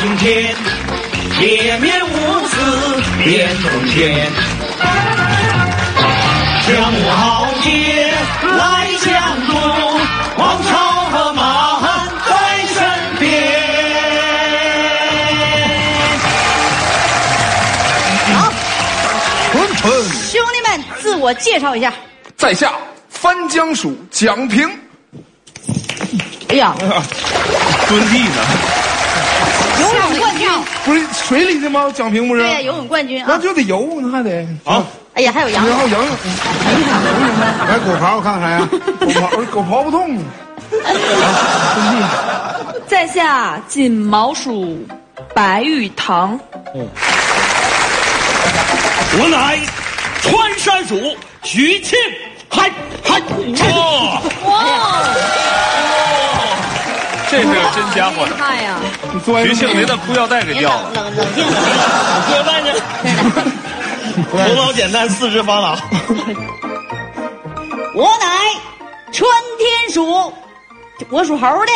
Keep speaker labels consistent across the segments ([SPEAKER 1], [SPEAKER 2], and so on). [SPEAKER 1] 青天，铁面无私辨忠奸。江湖豪杰来相助，王朝和马汉在身边。
[SPEAKER 2] 春春，
[SPEAKER 3] 兄弟们，自我介绍一下。
[SPEAKER 4] 在下翻江鼠蒋平，
[SPEAKER 3] 哎呀，
[SPEAKER 4] 蹲地呢？
[SPEAKER 3] 哎游泳冠军，
[SPEAKER 5] 啊
[SPEAKER 4] 不是水里的吗？蒋平不是？
[SPEAKER 3] 对，游泳冠军
[SPEAKER 4] 那
[SPEAKER 3] 啊！
[SPEAKER 4] 就得游，那还得
[SPEAKER 1] 好，
[SPEAKER 3] 哎呀，还有杨
[SPEAKER 4] 然后游泳，
[SPEAKER 2] 来狗刨，我看看啥呀？
[SPEAKER 4] 狗刨狗刨不动，
[SPEAKER 6] 在下锦毛鼠白玉堂，
[SPEAKER 1] 我乃穿山鼠徐庆，嗨嗨，哇！
[SPEAKER 5] 这是个真家伙
[SPEAKER 6] 厉，害呀！
[SPEAKER 4] 你坐
[SPEAKER 5] 徐庆林的裤腰带给掉了。
[SPEAKER 3] 冷冷冷静冷静，
[SPEAKER 1] 各位慢着，头脑简单，四肢发达。
[SPEAKER 3] 我乃春天鼠，我属猴的，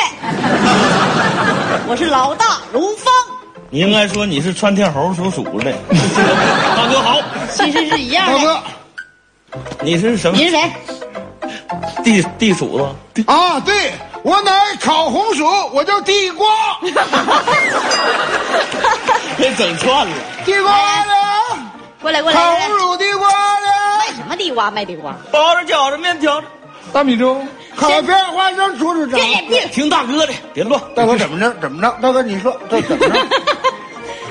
[SPEAKER 3] 我是老大如风，
[SPEAKER 1] 你应该说你是穿天猴属鼠 的。大哥好，
[SPEAKER 3] 其实是一 样
[SPEAKER 2] 大
[SPEAKER 3] 的。
[SPEAKER 2] 哥
[SPEAKER 1] 你是什么
[SPEAKER 3] 您是谁？
[SPEAKER 1] 地地鼠子？
[SPEAKER 2] 啊，对我乃烤红薯，我叫地瓜，
[SPEAKER 1] 别整串了。
[SPEAKER 2] 地瓜的，
[SPEAKER 3] 过哎来过来，
[SPEAKER 2] 烤
[SPEAKER 3] 过来
[SPEAKER 2] 红薯地瓜
[SPEAKER 3] 卖
[SPEAKER 2] 的，
[SPEAKER 3] 什么地瓜？卖地瓜？
[SPEAKER 1] 包着饺子面条子，
[SPEAKER 4] 大米粥，
[SPEAKER 2] 烤片花生煮煮
[SPEAKER 3] 别
[SPEAKER 2] 渣。
[SPEAKER 3] 别别！
[SPEAKER 1] 听大哥的，别乱。
[SPEAKER 2] 大哥怎么着？怎么着？大哥你说这怎么着？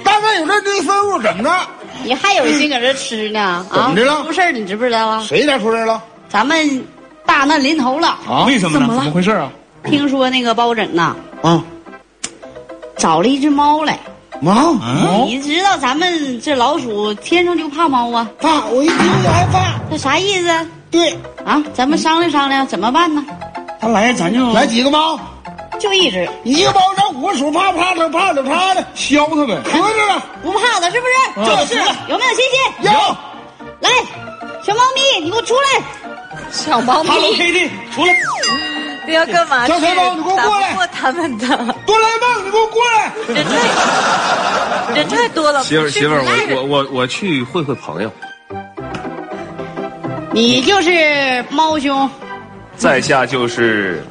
[SPEAKER 2] 大哥有这堆分物怎么着？
[SPEAKER 3] 你还有心搁这吃呢啊？
[SPEAKER 2] 怎么的了
[SPEAKER 3] 出事儿你知不知道啊？
[SPEAKER 2] 谁家出事了？
[SPEAKER 3] 咱们大难临头了，
[SPEAKER 2] 啊
[SPEAKER 1] 为什么
[SPEAKER 6] 怎么
[SPEAKER 1] 呢？
[SPEAKER 6] 了？
[SPEAKER 4] 回事啊？
[SPEAKER 3] 听说那个包拯呐
[SPEAKER 2] 啊，
[SPEAKER 3] 找了一只猫来。
[SPEAKER 2] 猫哦
[SPEAKER 3] 你知道咱们这老鼠天生就怕猫啊，
[SPEAKER 2] 怕，我一听就害怕。
[SPEAKER 3] 这啥意思啊
[SPEAKER 2] 对，
[SPEAKER 3] 啊？咱们商量商量怎么办呢？
[SPEAKER 1] 他来咱就
[SPEAKER 2] 来几个猫？
[SPEAKER 3] 就一只
[SPEAKER 2] 一个猫让五鼠怕怕的怕的怕的，
[SPEAKER 4] 削它呗。
[SPEAKER 2] 合着了。
[SPEAKER 3] 不怕的，是不
[SPEAKER 2] 啊
[SPEAKER 3] 是？
[SPEAKER 1] 就是
[SPEAKER 3] 有没有信心？
[SPEAKER 2] 有，
[SPEAKER 3] 来，小猫咪，你给我出来！
[SPEAKER 6] 小猫
[SPEAKER 1] Hello
[SPEAKER 6] 咪，
[SPEAKER 1] Kitty 出来。
[SPEAKER 6] 你要干嘛去？
[SPEAKER 2] 小黑猫你给我
[SPEAKER 6] 打
[SPEAKER 2] 过来
[SPEAKER 6] 不过他们的，
[SPEAKER 2] 哆啦 A 梦，你给我过来！
[SPEAKER 6] 人太人太多了。
[SPEAKER 5] 媳妇儿，媳妇儿，
[SPEAKER 3] 赖着
[SPEAKER 5] 我我我我去会会朋友。
[SPEAKER 3] 你就是猫兄，
[SPEAKER 5] 在下就是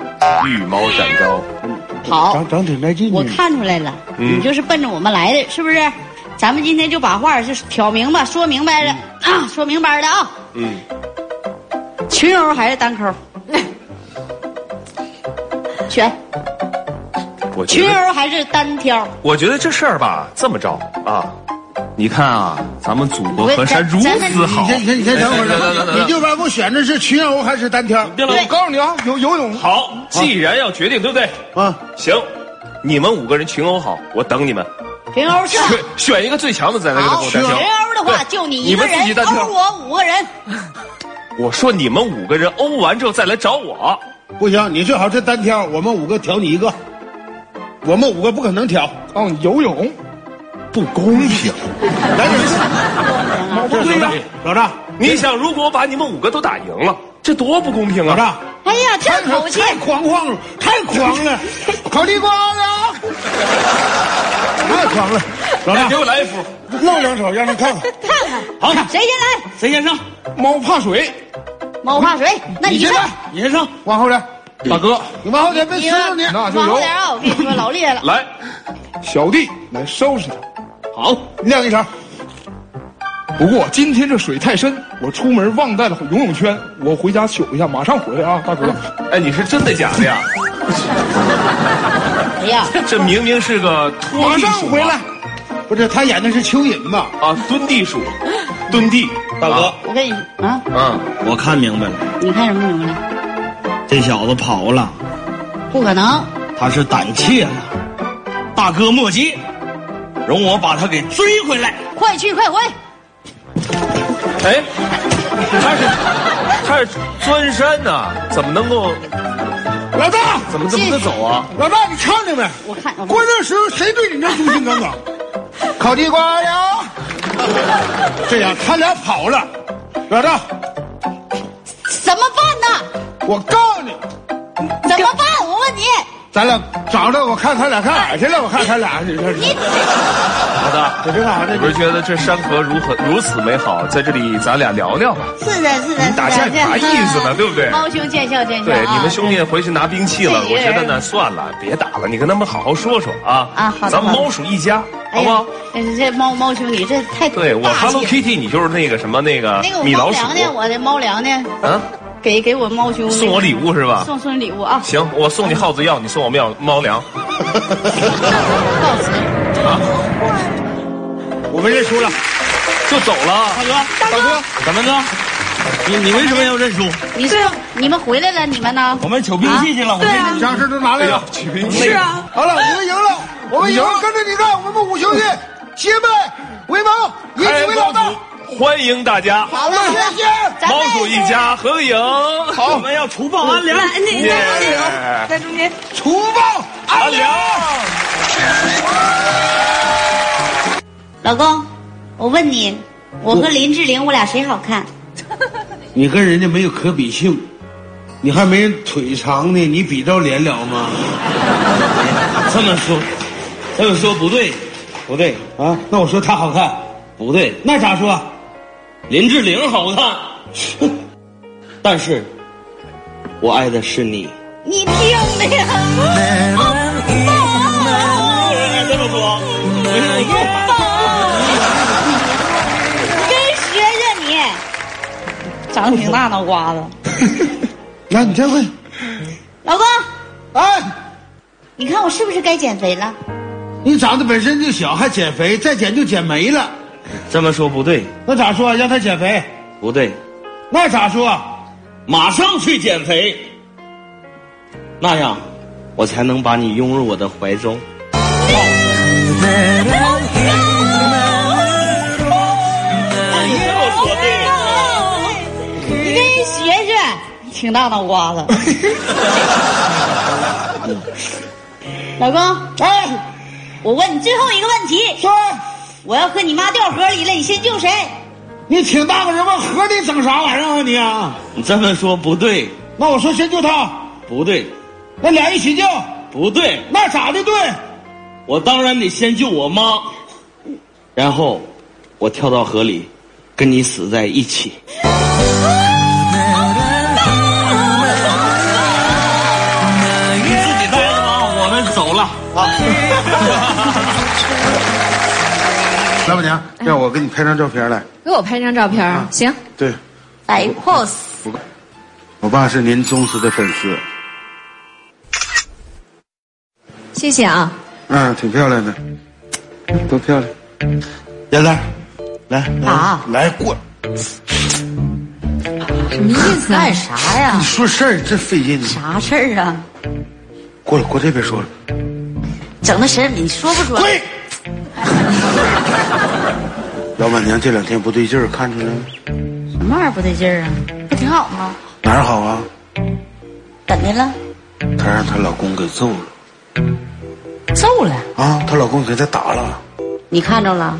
[SPEAKER 5] 羽毛展高，
[SPEAKER 3] 好，
[SPEAKER 2] 长长挺带劲呢
[SPEAKER 3] 我看出来了，
[SPEAKER 5] 嗯
[SPEAKER 3] 你就是奔着我们来的，是不是？咱们今天就把话就是挑明白，说明白了啊，说明白了啊。
[SPEAKER 5] 嗯，
[SPEAKER 3] 群殴还是单 抠？选
[SPEAKER 5] 我觉
[SPEAKER 3] 群
[SPEAKER 5] 得
[SPEAKER 3] 殴还是单挑？
[SPEAKER 5] 我觉得这事儿吧，这么着啊，你看啊，咱们祖国河山如
[SPEAKER 3] 咱咱
[SPEAKER 5] 此好
[SPEAKER 2] 你，先，你先，你先等会
[SPEAKER 5] 等等等
[SPEAKER 2] 儿，
[SPEAKER 5] 等
[SPEAKER 2] 你就把我选的是群殴还是单挑？
[SPEAKER 5] 别
[SPEAKER 4] 我告诉你啊，游游泳，
[SPEAKER 5] 好，既然要决定，对不对？
[SPEAKER 2] 啊，
[SPEAKER 5] 行，你们五个人群殴好，我等你们，
[SPEAKER 3] 群殴是吧
[SPEAKER 5] 选选一个最强的在那个
[SPEAKER 3] 好，
[SPEAKER 5] 跟我
[SPEAKER 3] 群
[SPEAKER 5] 单挑。
[SPEAKER 3] 殴的话
[SPEAKER 5] 对
[SPEAKER 3] 就你
[SPEAKER 5] 你
[SPEAKER 3] 一个
[SPEAKER 5] 们自己
[SPEAKER 3] 人
[SPEAKER 5] 单
[SPEAKER 3] 殴
[SPEAKER 5] 挑。
[SPEAKER 3] 我五个人，
[SPEAKER 5] 我说你们五个人殴完之后再来找我，
[SPEAKER 2] 不行，你最好是单挑，我们五个挑你一个，我们五个不可能挑。
[SPEAKER 4] 告诉你游泳，
[SPEAKER 5] 不公平。
[SPEAKER 2] 来，你们
[SPEAKER 4] 不对呀，
[SPEAKER 2] 老赵，
[SPEAKER 5] 你想，如果我把你们五个都打赢了，这多不公平
[SPEAKER 2] 老
[SPEAKER 5] 啊！
[SPEAKER 2] 赵，
[SPEAKER 3] 哎呀，这口气！
[SPEAKER 2] 太狂妄了，太 狂了，烤地瓜了，太狂了，老
[SPEAKER 5] 来，给
[SPEAKER 2] 赵，
[SPEAKER 5] 我来一副。
[SPEAKER 2] 露两手让他看看。
[SPEAKER 3] 看看，
[SPEAKER 1] 好
[SPEAKER 3] 谁先
[SPEAKER 1] 谁先上？
[SPEAKER 4] 猫怕水，
[SPEAKER 3] 来？猫怕水，那你
[SPEAKER 2] 你先
[SPEAKER 3] 上
[SPEAKER 2] 来，
[SPEAKER 1] 你先上。
[SPEAKER 4] 往后点，大哥，
[SPEAKER 2] 你往后点，别
[SPEAKER 3] 你
[SPEAKER 2] 吃着你。
[SPEAKER 4] 那就
[SPEAKER 3] 往后
[SPEAKER 4] 游
[SPEAKER 3] 点啊！我跟你说，老 厉害了。
[SPEAKER 5] 来，
[SPEAKER 4] 小弟来收拾它，
[SPEAKER 1] 好，
[SPEAKER 4] 晾一茬。不过今天这水太深，我出门忘带了游泳圈，我回家取一下，马上回来啊，大哥。
[SPEAKER 5] 哎，你是真的假的呀？
[SPEAKER 3] 哎呀，
[SPEAKER 5] 这明明是个
[SPEAKER 3] 嗯
[SPEAKER 5] 拖
[SPEAKER 2] 马
[SPEAKER 5] 地
[SPEAKER 2] 上
[SPEAKER 5] 鼠
[SPEAKER 2] 回来。不是，他演的是蚯蚓吧？
[SPEAKER 5] 啊，蹲地鼠，蹲地，
[SPEAKER 1] 大哥，
[SPEAKER 3] 我跟你啊，
[SPEAKER 5] 啊，
[SPEAKER 2] 嗯
[SPEAKER 1] 我看明白了，
[SPEAKER 3] 你看什么什么了？
[SPEAKER 1] 这小子跑了，
[SPEAKER 3] 不可能，
[SPEAKER 1] 他是胆怯了。大哥莫急，容我把他给追回来。
[SPEAKER 3] 快去快回！
[SPEAKER 5] 哎，他是他是钻山呐、怎么能够
[SPEAKER 2] 老大，
[SPEAKER 5] 怎么这么能走啊？
[SPEAKER 2] 老大，你看着没？
[SPEAKER 3] 我看我看
[SPEAKER 2] 关键时候谁对你这忠心耿耿？烤地瓜呀！这样他俩跑了，老赵，
[SPEAKER 3] 怎么办呢？
[SPEAKER 2] 我告诉你，
[SPEAKER 3] 怎么办？我问你，
[SPEAKER 7] 咱俩找找，我看他俩干啥去了？我看他俩，你这是
[SPEAKER 5] 老大，
[SPEAKER 7] 搁这干啥呢？
[SPEAKER 5] 我是觉得这山河如何如此美好，在这里咱俩聊聊吧。
[SPEAKER 3] 是的，是的，
[SPEAKER 5] 你打架
[SPEAKER 3] 是的嗯
[SPEAKER 5] 有啥意思呢对不对
[SPEAKER 3] 猫兄见笑见笑
[SPEAKER 5] 对，
[SPEAKER 3] 啊
[SPEAKER 5] 你们兄弟回去拿兵器了，
[SPEAKER 3] 这
[SPEAKER 5] 我
[SPEAKER 3] 也
[SPEAKER 5] 觉得呢，算了，别打了，你跟他们好好说说啊。
[SPEAKER 3] 啊好的
[SPEAKER 5] 咱们
[SPEAKER 3] 好的
[SPEAKER 5] 猫属一家，
[SPEAKER 3] 哎
[SPEAKER 5] 好
[SPEAKER 3] 呀
[SPEAKER 5] 不好？
[SPEAKER 3] 这这猫猫兄，你这太
[SPEAKER 5] 对我
[SPEAKER 3] 大气了
[SPEAKER 5] Hello Kitty，你就是那个什么那个
[SPEAKER 3] 那个我
[SPEAKER 5] 米
[SPEAKER 3] 猫
[SPEAKER 5] 老鼠
[SPEAKER 3] 粮呢？我的猫粮呢？
[SPEAKER 5] 啊，
[SPEAKER 3] 给给我猫兄那个
[SPEAKER 5] 送我礼物是吧？
[SPEAKER 3] 送送礼物啊！
[SPEAKER 5] 行，我送你耗子药，你送我喵猫粮。
[SPEAKER 3] 告辞。
[SPEAKER 7] 我们认输了，
[SPEAKER 5] 就走了。
[SPEAKER 1] 大哥，大哥，怎么着？你你为什么要认输？
[SPEAKER 3] 你说你们回来了，你们呢？
[SPEAKER 1] 我们取兵器去了，我
[SPEAKER 6] 对
[SPEAKER 1] 们
[SPEAKER 6] 啊，
[SPEAKER 7] 将士都拿来
[SPEAKER 5] 哎呀
[SPEAKER 7] 了，。
[SPEAKER 5] 取兵器
[SPEAKER 6] 是啊，
[SPEAKER 7] 好了，我们赢了，我们赢了，跟着你干，我们五兄弟结拜为盟，以你
[SPEAKER 5] 开
[SPEAKER 7] 为老
[SPEAKER 5] 猫
[SPEAKER 7] 大。
[SPEAKER 5] 族，欢迎大家，
[SPEAKER 7] 好了，谢谢。
[SPEAKER 3] 咱们
[SPEAKER 5] 猫鼠一家合影。好，
[SPEAKER 1] 我们要除暴安良。
[SPEAKER 6] 来，哎你
[SPEAKER 5] 耶
[SPEAKER 6] 在中间，在中间。
[SPEAKER 7] 除暴
[SPEAKER 5] 安良。
[SPEAKER 3] 老公，我问你，我和林志玲，我俩谁好看？
[SPEAKER 8] 你跟人家没有可比性，你还没人腿长呢，你比照脸了吗？
[SPEAKER 1] 这么说，这么说不对，
[SPEAKER 8] 不对啊，那我说他好看，
[SPEAKER 1] 不对，
[SPEAKER 8] 那咋说？
[SPEAKER 1] 林志玲好看， 但是，我爱的是你。
[SPEAKER 3] 你听的呀！
[SPEAKER 8] 哎
[SPEAKER 1] 这么说，
[SPEAKER 3] 真学学你，长得挺大脑瓜子。
[SPEAKER 7] 来，你先问。
[SPEAKER 3] 老公，
[SPEAKER 7] 哎，
[SPEAKER 3] 你看我是不是该减肥了？
[SPEAKER 7] 你长得本身就小，还减肥，再减就减没了。
[SPEAKER 1] 这么说不对，
[SPEAKER 7] 那咋说？啊让他减肥？
[SPEAKER 1] 不对，
[SPEAKER 7] 那咋说？啊
[SPEAKER 1] 马上去减肥，那样，我才能把你拥入我的怀中。
[SPEAKER 3] 哎
[SPEAKER 1] 这么说对。
[SPEAKER 3] 你真学学，挺大脑瓜 子。老公，
[SPEAKER 7] 哎，
[SPEAKER 3] 我问你最后一个问题，
[SPEAKER 7] 说，
[SPEAKER 3] 我要和你妈掉河里了，你先救谁？
[SPEAKER 7] 你挺大个人往河里整啥玩意儿啊你啊？
[SPEAKER 1] 你这么说不对，
[SPEAKER 7] 那我说先救他，
[SPEAKER 1] 不对，
[SPEAKER 7] 那俩一起救，
[SPEAKER 1] 不对，
[SPEAKER 7] 那咋的对？
[SPEAKER 1] 我当然得先救我妈，然后我跳到河里，跟你死在一起。你自己待着吧，我们走了。啊
[SPEAKER 7] 老板娘，让我给你拍张照片来。
[SPEAKER 6] 给我拍张照片儿，行。
[SPEAKER 7] 对，
[SPEAKER 3] 摆 pose。
[SPEAKER 7] 我爸是您忠实的粉丝，
[SPEAKER 6] 谢谢啊，
[SPEAKER 7] 嗯，挺漂亮的，多漂亮。丫蛋，来，
[SPEAKER 3] 啊
[SPEAKER 7] 来过，
[SPEAKER 6] 什么意思啊
[SPEAKER 3] 干？啥呀
[SPEAKER 7] 你？说事儿真费劲呢。
[SPEAKER 3] 啥事儿啊？
[SPEAKER 7] 过来，过这边说了。
[SPEAKER 3] 整那神你说不说？
[SPEAKER 7] 跪。老板娘这两天不对劲儿，看出来了
[SPEAKER 3] 什么玩意儿不对劲儿啊？不挺好吗？
[SPEAKER 7] 哪儿好啊？
[SPEAKER 3] 怎的了？
[SPEAKER 7] 她让她老公给揍了
[SPEAKER 3] 揍了？
[SPEAKER 7] 啊！她老公给她打了，
[SPEAKER 3] 你看着了？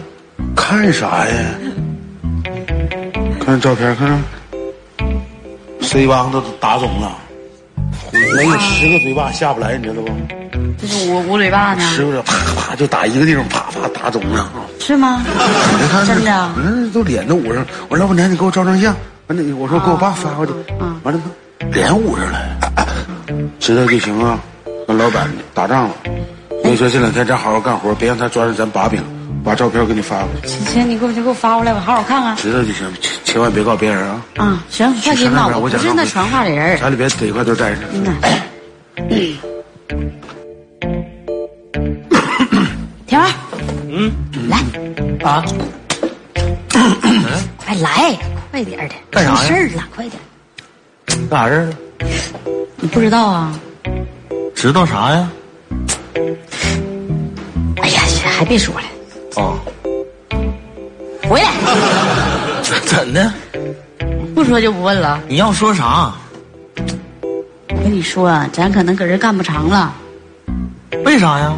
[SPEAKER 7] 看啥呀？看照片，看，C 帮都打肿了，能有十个嘴巴下不来，你知道不？
[SPEAKER 3] 这是捂捂嘴巴呢？
[SPEAKER 7] 十个啪啪就打一个地方，啪啪打肿了。
[SPEAKER 3] 是吗？
[SPEAKER 7] 你看这，
[SPEAKER 3] 真的啊
[SPEAKER 7] 你看这都脸都捂上了。我说老板娘，你给我照张相。完了，我说给我爸发过去
[SPEAKER 3] 嗯嗯。
[SPEAKER 7] 完了，脸捂上了，啊啊知道就行啊。跟老板打仗了，所以说这两天咱好好干活，别让他抓着咱把柄。把照片给你发过去，
[SPEAKER 3] 行行，你给我你给我发过来，我好好看看。
[SPEAKER 7] 知道就行，千千万别告别人啊！
[SPEAKER 5] 嗯
[SPEAKER 3] 啊，行，放心吧，
[SPEAKER 7] 去商量
[SPEAKER 3] 我不
[SPEAKER 7] 想
[SPEAKER 3] 是
[SPEAKER 7] 让
[SPEAKER 3] 那
[SPEAKER 7] 回去
[SPEAKER 3] 传话的人儿。
[SPEAKER 7] 咱俩别在一块都待着。
[SPEAKER 3] 田儿，嗯，来，
[SPEAKER 1] 啊，
[SPEAKER 3] 快来，快点儿的，
[SPEAKER 1] 干啥呀
[SPEAKER 3] 出事儿了，快点儿。
[SPEAKER 1] 干啥事儿？
[SPEAKER 3] 你不知道啊？
[SPEAKER 1] 知道啥呀？
[SPEAKER 3] 哎呀，行还别说了，
[SPEAKER 1] 哦，
[SPEAKER 3] 回来，
[SPEAKER 1] 怎的？
[SPEAKER 3] 不说就不问了。
[SPEAKER 1] 你要说啥？
[SPEAKER 3] 我跟你说啊，咱可能搁这干不长了，
[SPEAKER 1] 为啥呀？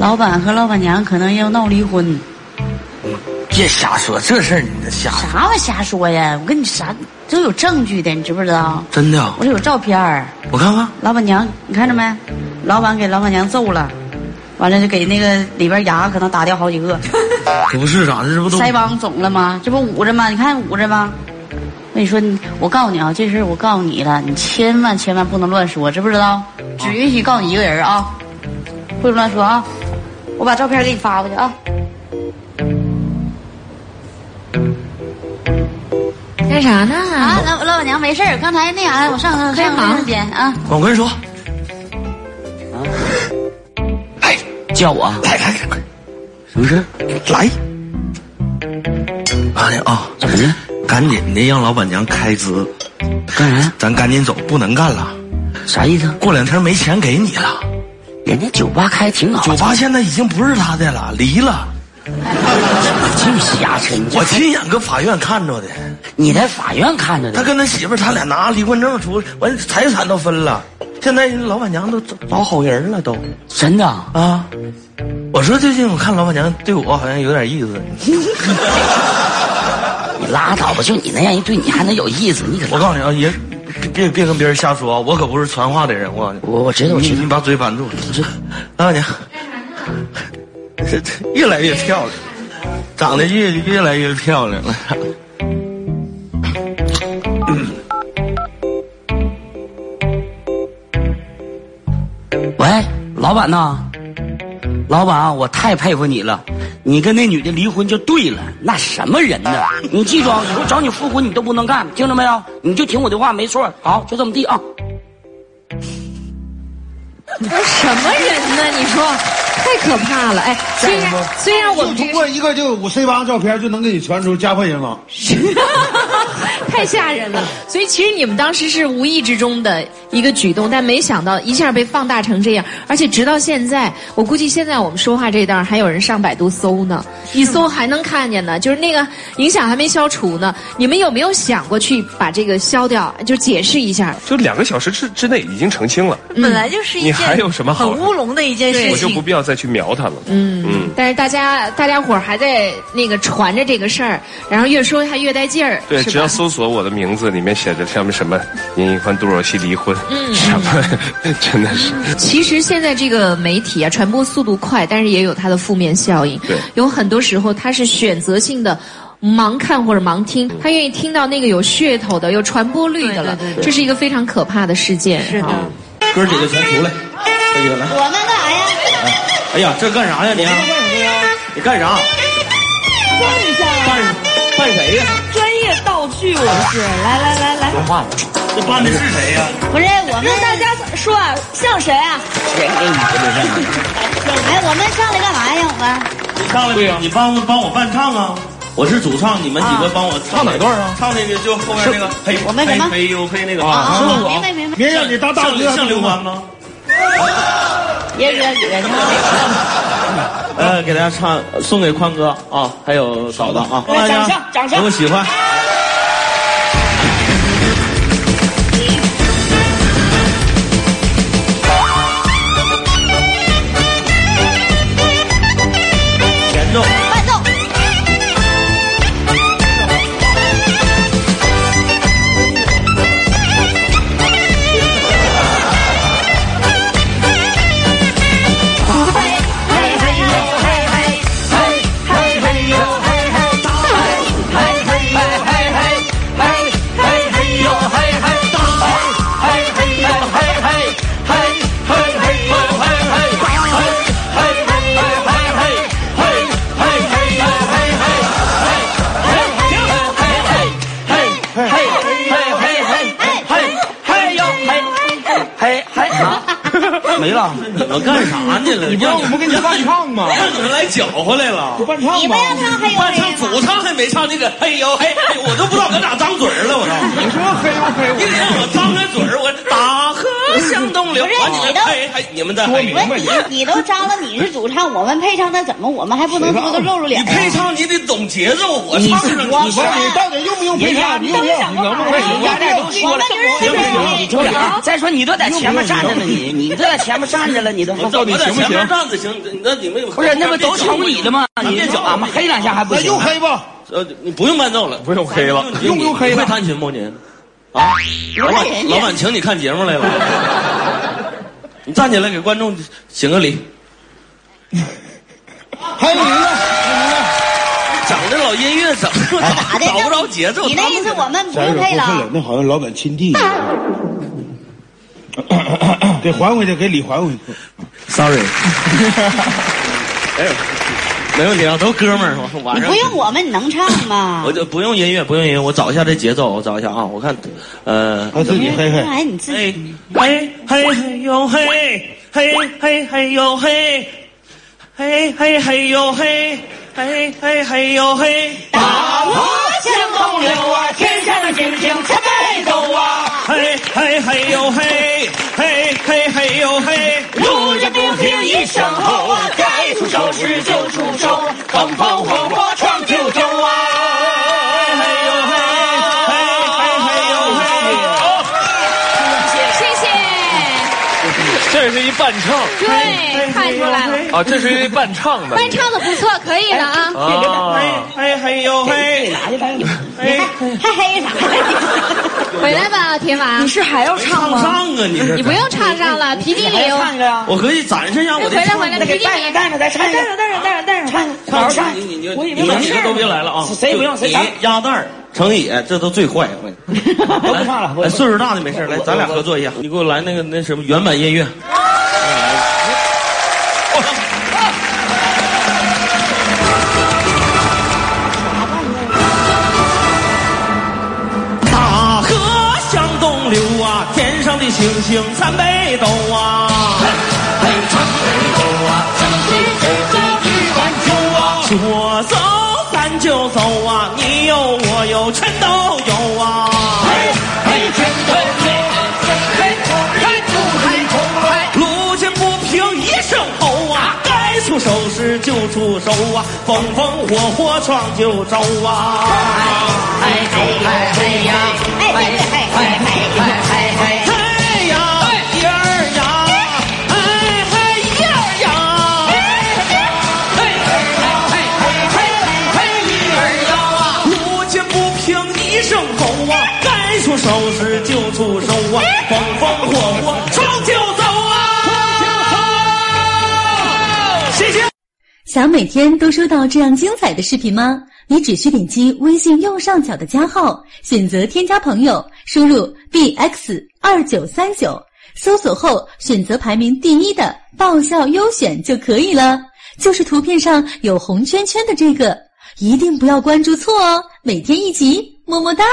[SPEAKER 3] 老板和老板娘可能要闹离婚。
[SPEAKER 1] 别瞎说，这事儿你这瞎说，
[SPEAKER 3] 啥玩意儿瞎说呀？我跟你啥都有证据的，你知不知道？
[SPEAKER 1] 真的啊。
[SPEAKER 3] 我这有照片儿，
[SPEAKER 1] 我看看，
[SPEAKER 3] 老板娘，你看着没？老板给老板娘揍了，完了就给那个里边牙可能打掉好几个，
[SPEAKER 1] 这不是啊啥？这不都
[SPEAKER 3] 腮帮肿了吗？这不捂着吗？你看捂着吗？我跟你说，你我告诉你啊，这事儿我告诉你了，你千万千万不能乱说，知不知道？啊只允许告诉你一个人啊，不能乱说啊！我把照片给你发过去啊。
[SPEAKER 6] 干啥呢？
[SPEAKER 3] 啊，老老板娘没事儿，刚才那啥，我上上
[SPEAKER 6] 开
[SPEAKER 3] 上
[SPEAKER 6] 忙
[SPEAKER 3] 卫生间啊。
[SPEAKER 1] 广坤说，
[SPEAKER 9] 叫我啊
[SPEAKER 1] 哎来来来，快，什么事儿？来，妈的啊，怎么的？赶紧的，让老板娘开支，
[SPEAKER 9] 干啥？
[SPEAKER 1] 咱赶紧走，不能干了。
[SPEAKER 9] 啥意思？
[SPEAKER 1] 过两天没钱给你了。
[SPEAKER 9] 人家酒吧开挺好
[SPEAKER 1] 酒，吧现在已经不是他的了，离了。
[SPEAKER 9] 净瞎扯。你这
[SPEAKER 1] 我亲眼搁法院看着的，
[SPEAKER 9] 你在法院看着
[SPEAKER 1] 他
[SPEAKER 9] 的，
[SPEAKER 1] 跟他媳妇儿他俩拿离婚证出，完财产都分了。现在人老板娘都找好人了都
[SPEAKER 9] 真的啊？
[SPEAKER 1] 啊！我说最近我看老板娘对我好像有点意思，
[SPEAKER 9] 你拉倒吧，就你那样人对你还能有意思？你可
[SPEAKER 1] 我告诉你啊，爷，别别别跟别人瞎说啊，我可不是传话的人，我告诉你。
[SPEAKER 9] 我我知道我
[SPEAKER 1] 你
[SPEAKER 9] 知道
[SPEAKER 1] 你把嘴板住。老板娘， 这这越来越漂亮，长得越越来越漂亮了。
[SPEAKER 9] 喂，老板呐，老板，啊我太佩服你了，你跟那女的离婚就对了，那什么人呢？你记住啊，以后找你复婚你都不能干，听着没有？你就听我的话，没错。好，就这么地啊。
[SPEAKER 6] 什么人呢？你说，太可怕了！哎，虽然虽然
[SPEAKER 2] 就
[SPEAKER 6] 我们这
[SPEAKER 2] 通
[SPEAKER 6] 个
[SPEAKER 2] 过一个就五 C 八照片就能给你传出家破人亡。
[SPEAKER 6] 太吓人了，所以其实你们当时是无意之中的一个举动，但没想到一下被放大成这样，而且直到现在，我估计现在我们说话这一段还有人上百度搜呢，一搜还能看见呢，就是那个影响还没消除呢。你们有没有想过去把这个消掉？就解释一下，
[SPEAKER 5] 就两个小时之之内已经澄清了，
[SPEAKER 10] 本来就是一
[SPEAKER 5] 你
[SPEAKER 10] 件
[SPEAKER 5] 还有什么好
[SPEAKER 10] 很乌龙的一件
[SPEAKER 6] 对
[SPEAKER 10] 事
[SPEAKER 5] 我就不
[SPEAKER 10] 情。
[SPEAKER 5] 必要再去瞄他了。嗯嗯，
[SPEAKER 6] 但是大家大家伙儿还在那个传着这个事儿，然后越说还越带劲儿，
[SPEAKER 5] 对，
[SPEAKER 6] 是吧
[SPEAKER 5] 只要搜索我的名字，里面写着像什么严一宽、杜若溪离婚，什么，真的是。
[SPEAKER 6] 其实现在这个媒体啊，传播速度快，但是也有它的负面效应。
[SPEAKER 5] 对
[SPEAKER 6] 有很多时候它是选择性的。盲看或者盲听，
[SPEAKER 5] 嗯
[SPEAKER 6] 他愿意听到那个有噱头的、有传播率的了，这是一个非常可怕的事件。啊是的，
[SPEAKER 1] 哥几个全出来，哥几个来。
[SPEAKER 3] 我们干啥呀？
[SPEAKER 1] 哎呀，这干啥呀你？你干啥？
[SPEAKER 10] 看一下啊
[SPEAKER 1] 办办谁呀？
[SPEAKER 10] 专业道具，我们是来来来来，
[SPEAKER 1] 这办的是谁呀？
[SPEAKER 3] 不是我们
[SPEAKER 10] 让大家说啊，像谁啊？
[SPEAKER 3] 哎，我们上来干嘛呀？我们
[SPEAKER 1] 你上来，你帮帮我伴唱啊！我是主唱，你们几个帮我唱哪段啊？唱那个就后面那个哎嘿，
[SPEAKER 3] 我们什么
[SPEAKER 1] 嘿呦嘿那个
[SPEAKER 3] 啊
[SPEAKER 1] 是
[SPEAKER 3] 明白明白。
[SPEAKER 1] 哎
[SPEAKER 2] 明让你当大哥
[SPEAKER 1] 像像刘欢吗？
[SPEAKER 3] 别别别！
[SPEAKER 1] 呃，给大家唱，送给宽哥啊，还有嫂子啊，
[SPEAKER 3] 来掌声掌声
[SPEAKER 1] 我喜欢。前奏，
[SPEAKER 3] 伴奏，
[SPEAKER 1] 没了，你们干啥去了？
[SPEAKER 4] 你不让我们给你伴唱吗？
[SPEAKER 1] 让你们来搅和来了
[SPEAKER 4] 不。伴唱
[SPEAKER 3] 你
[SPEAKER 4] 吗
[SPEAKER 3] 们？要唱黑
[SPEAKER 1] 伴
[SPEAKER 3] 有人
[SPEAKER 1] 唱
[SPEAKER 3] 吗？
[SPEAKER 1] 主唱还没唱那个，嘿呦嘿，嘿我都不知道搁哪张嘴儿了，我 都。
[SPEAKER 4] 你说黑不黑？
[SPEAKER 1] 一让我张开嘴儿，我大河向东流。
[SPEAKER 3] 不是
[SPEAKER 1] 完你
[SPEAKER 3] 你
[SPEAKER 1] 们
[SPEAKER 3] 都
[SPEAKER 1] 哎哎，你们的
[SPEAKER 4] 说明
[SPEAKER 1] 哎，
[SPEAKER 4] 白
[SPEAKER 3] 不是
[SPEAKER 4] 你
[SPEAKER 3] 你，你都张了，你是主唱，我们配唱，那怎么我们还不能
[SPEAKER 4] 谁唱
[SPEAKER 3] 多都露露
[SPEAKER 1] 你
[SPEAKER 3] 脸
[SPEAKER 1] 配
[SPEAKER 3] 呀？
[SPEAKER 1] 唱你得懂节奏，我
[SPEAKER 9] 你
[SPEAKER 1] 唱
[SPEAKER 9] 是
[SPEAKER 1] 上
[SPEAKER 9] 光
[SPEAKER 1] 你
[SPEAKER 2] 我问你到底用不用陪唱？你用不用？
[SPEAKER 4] 你能不能
[SPEAKER 9] 你丫蛋都说了，行不行？你听我讲，啊再说你都在前面站着呢，你你都在前面站着了，你都
[SPEAKER 1] 我
[SPEAKER 4] 到底行不行
[SPEAKER 1] 我在前面站着行，那你们
[SPEAKER 9] 不是那不都成你的吗？你这俺们黑两下还不
[SPEAKER 2] 那
[SPEAKER 9] 行啊
[SPEAKER 2] 用？黑不？
[SPEAKER 1] 呃，你不用伴奏了，
[SPEAKER 5] 不用黑了
[SPEAKER 4] 用
[SPEAKER 1] 用
[SPEAKER 4] 不用黑了
[SPEAKER 1] 你会弹琴不您？啊，老板，老板，请你看节目来了。 你站起来给观众行个礼，
[SPEAKER 4] 还有您呢，
[SPEAKER 1] 整的老音乐整的
[SPEAKER 10] 咋的？
[SPEAKER 1] 找不着节奏。
[SPEAKER 10] 你那意思我们不
[SPEAKER 2] 咱有
[SPEAKER 10] 用
[SPEAKER 2] 点
[SPEAKER 10] 配
[SPEAKER 2] 过分了
[SPEAKER 10] 了，？
[SPEAKER 2] 那好像老板亲弟一样，给还回去，给礼还回去。
[SPEAKER 1] Sorry，哎呦，没问题啊，都哥们儿，我晚
[SPEAKER 10] 你
[SPEAKER 1] 上
[SPEAKER 10] 不用我们，你能唱吗
[SPEAKER 1] 我？就不用音乐，不用音乐，我找一下这节奏，我找一下啊，我看，呃，
[SPEAKER 2] 他自己嘿嘿。
[SPEAKER 10] 哎，你自己。
[SPEAKER 1] 嘿嘿嘿嘿呦嘿，嘿嘿嘿呦嘿，嘿嘿嘿呦嘿，嘿嘿嘿呦嘿，
[SPEAKER 10] 打锣相公刘啊，天上的星星全飞走啊，
[SPEAKER 1] 嘿嘿嘿呦嘿，嘿嘿嘿呦嘿，
[SPEAKER 10] 路见不平一声吼啊，该出手时就出手，风风火火闯九州啊。
[SPEAKER 6] 谢谢，
[SPEAKER 5] 这是一伴唱
[SPEAKER 6] 对，看出来了，
[SPEAKER 5] 啊，这是一伴唱的
[SPEAKER 6] 班唱的不错，可以了啊。
[SPEAKER 5] 啊。
[SPEAKER 1] 嘿嘿呦嘿，
[SPEAKER 10] 还黑 啥呀？
[SPEAKER 6] 回来吧，铁马，
[SPEAKER 7] 你是还要
[SPEAKER 1] 唱
[SPEAKER 7] 唱
[SPEAKER 1] 不
[SPEAKER 7] 吗？
[SPEAKER 1] 上啊你这
[SPEAKER 6] 你不用唱上了，皮筋里有。
[SPEAKER 10] 唱着啊，
[SPEAKER 1] 我可以展示一下我的
[SPEAKER 6] 回来回来，皮筋
[SPEAKER 10] 带上
[SPEAKER 6] 里
[SPEAKER 10] 带上再唱一个，带上带上带上带上唱唱。
[SPEAKER 1] 你你
[SPEAKER 10] 我
[SPEAKER 1] 你
[SPEAKER 10] 以为没
[SPEAKER 1] 你
[SPEAKER 10] 事
[SPEAKER 1] 们
[SPEAKER 10] 儿
[SPEAKER 1] 都别来了啊！
[SPEAKER 10] 谁也不用谁
[SPEAKER 1] 你
[SPEAKER 10] 咱
[SPEAKER 1] 鸭蛋儿、程野，这都最坏。我跟你
[SPEAKER 10] 都不唱了
[SPEAKER 1] 来，岁数大的没事儿，来，咱俩合作一下。你给我来那个那什么原版音乐。大河向东流啊，天上的星星参北斗啊，嘿，参北斗啊，正是九州一碗粥啊。说走咱就走啊，你有我有全都有啊，嘿，嘿，全都有。路见不平一声吼啊，该出手时就出手啊，风风火火闯九州啊。
[SPEAKER 10] 哎哎哎哎哎哎！
[SPEAKER 1] 哎呀，一二呀，哎嘿一二呀，嘿嘿嘿嘿嘿嘿嘿一二呀，路见不平一声吼啊，该出手时就出手啊，风风火火闯就走啊，谢谢。
[SPEAKER 11] 想每天都收到这样精彩的视频吗？你只需点击微信右上角的加号，选择添加朋友，输入 bx 二九三九，搜索后选择排名第一的爆笑优选就可以了。就是图片上有红圈圈的这个，一定不要关注错哦！每天一集，么么哒。